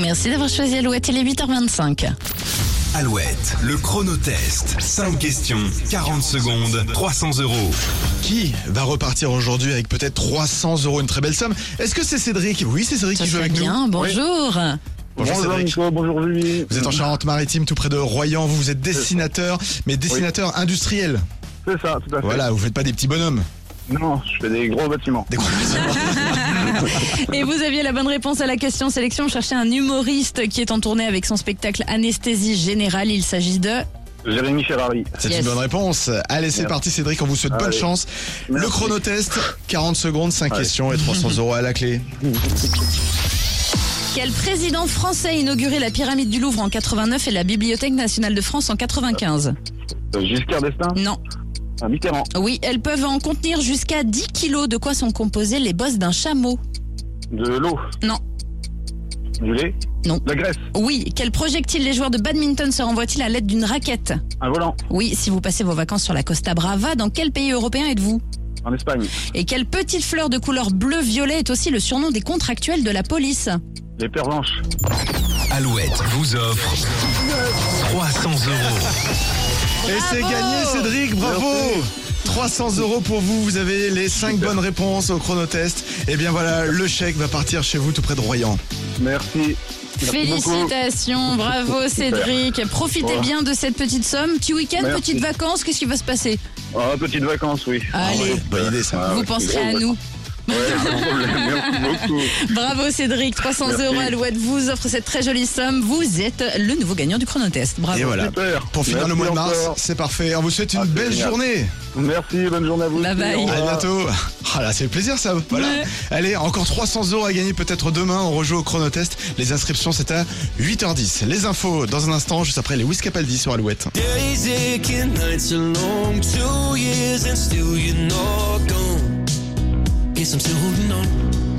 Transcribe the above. Merci d'avoir choisi Alouette, il est 8h25. Alouette, le chronotest. 5 questions, 40 secondes, 300 euros. Qui va repartir aujourd'hui avec peut-être 300 euros, une très belle somme Est-ce que c'est Cédric Oui, c'est Cédric Ça qui joue serait avec bien, nous. bonjour. Bonjour Bonjour Cédric. Nico, bonjour Julie. Vous êtes en Charente-Maritime, tout près de Royan. Vous, vous êtes dessinateur, mais dessinateur industriel. C'est ça, tout à fait. Voilà, vous faites pas des petits bonhommes. Non, je fais des gros bâtiments. Des gros Et vous aviez la bonne réponse à la question sélection. Cherchez un humoriste qui est en tournée avec son spectacle Anesthésie Générale. Il s'agit de... Jérémy Ferrari. C'est Yes. une bonne réponse. Allez, c'est Merde. parti, Cédric. On vous souhaite bonne Allez. chance. Le Merci. chronotest, 40 secondes, 5 Allez. questions et 300 euros à la clé. Quel président français a inauguré la pyramide du Louvre en 89 et la Bibliothèque nationale de France en 95 Euh, Giscard d'Estaing, Non. Ah, Mitterrand. Oui, elles peuvent en contenir jusqu'à 10 kilos. De quoi sont composées les bosses d'un chameau De l'eau. Non. Du lait. Non. De la graisse. Oui, quel projectile les joueurs de badminton se renvoient-ils à l'aide d'une raquette Un volant. Oui, si vous passez vos vacances sur la Costa Brava, dans quel pays européen êtes-vous En Espagne. Et quelle petite fleur de couleur bleu-violet est aussi le surnom des contractuels de la police Les pervenches. Alouette vous offre 300 euros. Et c'est gagné, Cédric, bravo 300 euros pour vous, vous avez les 5 bonnes réponses au chronotest. Et bien voilà, le chèque va partir chez vous tout près de Royan. Merci. Merci beaucoup. Félicitations, bravo Cédric. Profitez Voilà. bien de cette petite somme. Petit week-end, Merci. petites vacances, qu'est-ce qui va se passer Ah, petites vacances, oui. Allez, Bonne idée ça. vous Ah ouais, penserez gros à nous. Ouais, pas de problème. Merci beaucoup. Bravo Cédric, 300 Merci. euros Alouette vous offre cette très jolie somme. Vous êtes le nouveau gagnant du chronotest. Bravo. Et voilà. Super. Pour finir le Merci mois de mars, encore. c'est parfait. On vous souhaite une Ah, c'est belle génial. journée. Merci, bonne journée à vous. Bye aussi. bye. Au À revoir. bientôt. Ah là, c'est le plaisir ça. Voilà. Ouais. Allez, encore 300 euros à gagner peut-être demain. On rejoue au chronotest. Les inscriptions, c'est à 8h10. Les infos dans un instant, juste après les Whiskapaldi sur Alouette. Days aching, nights are long, two years and still you're not gone. Guess I'm still holding on.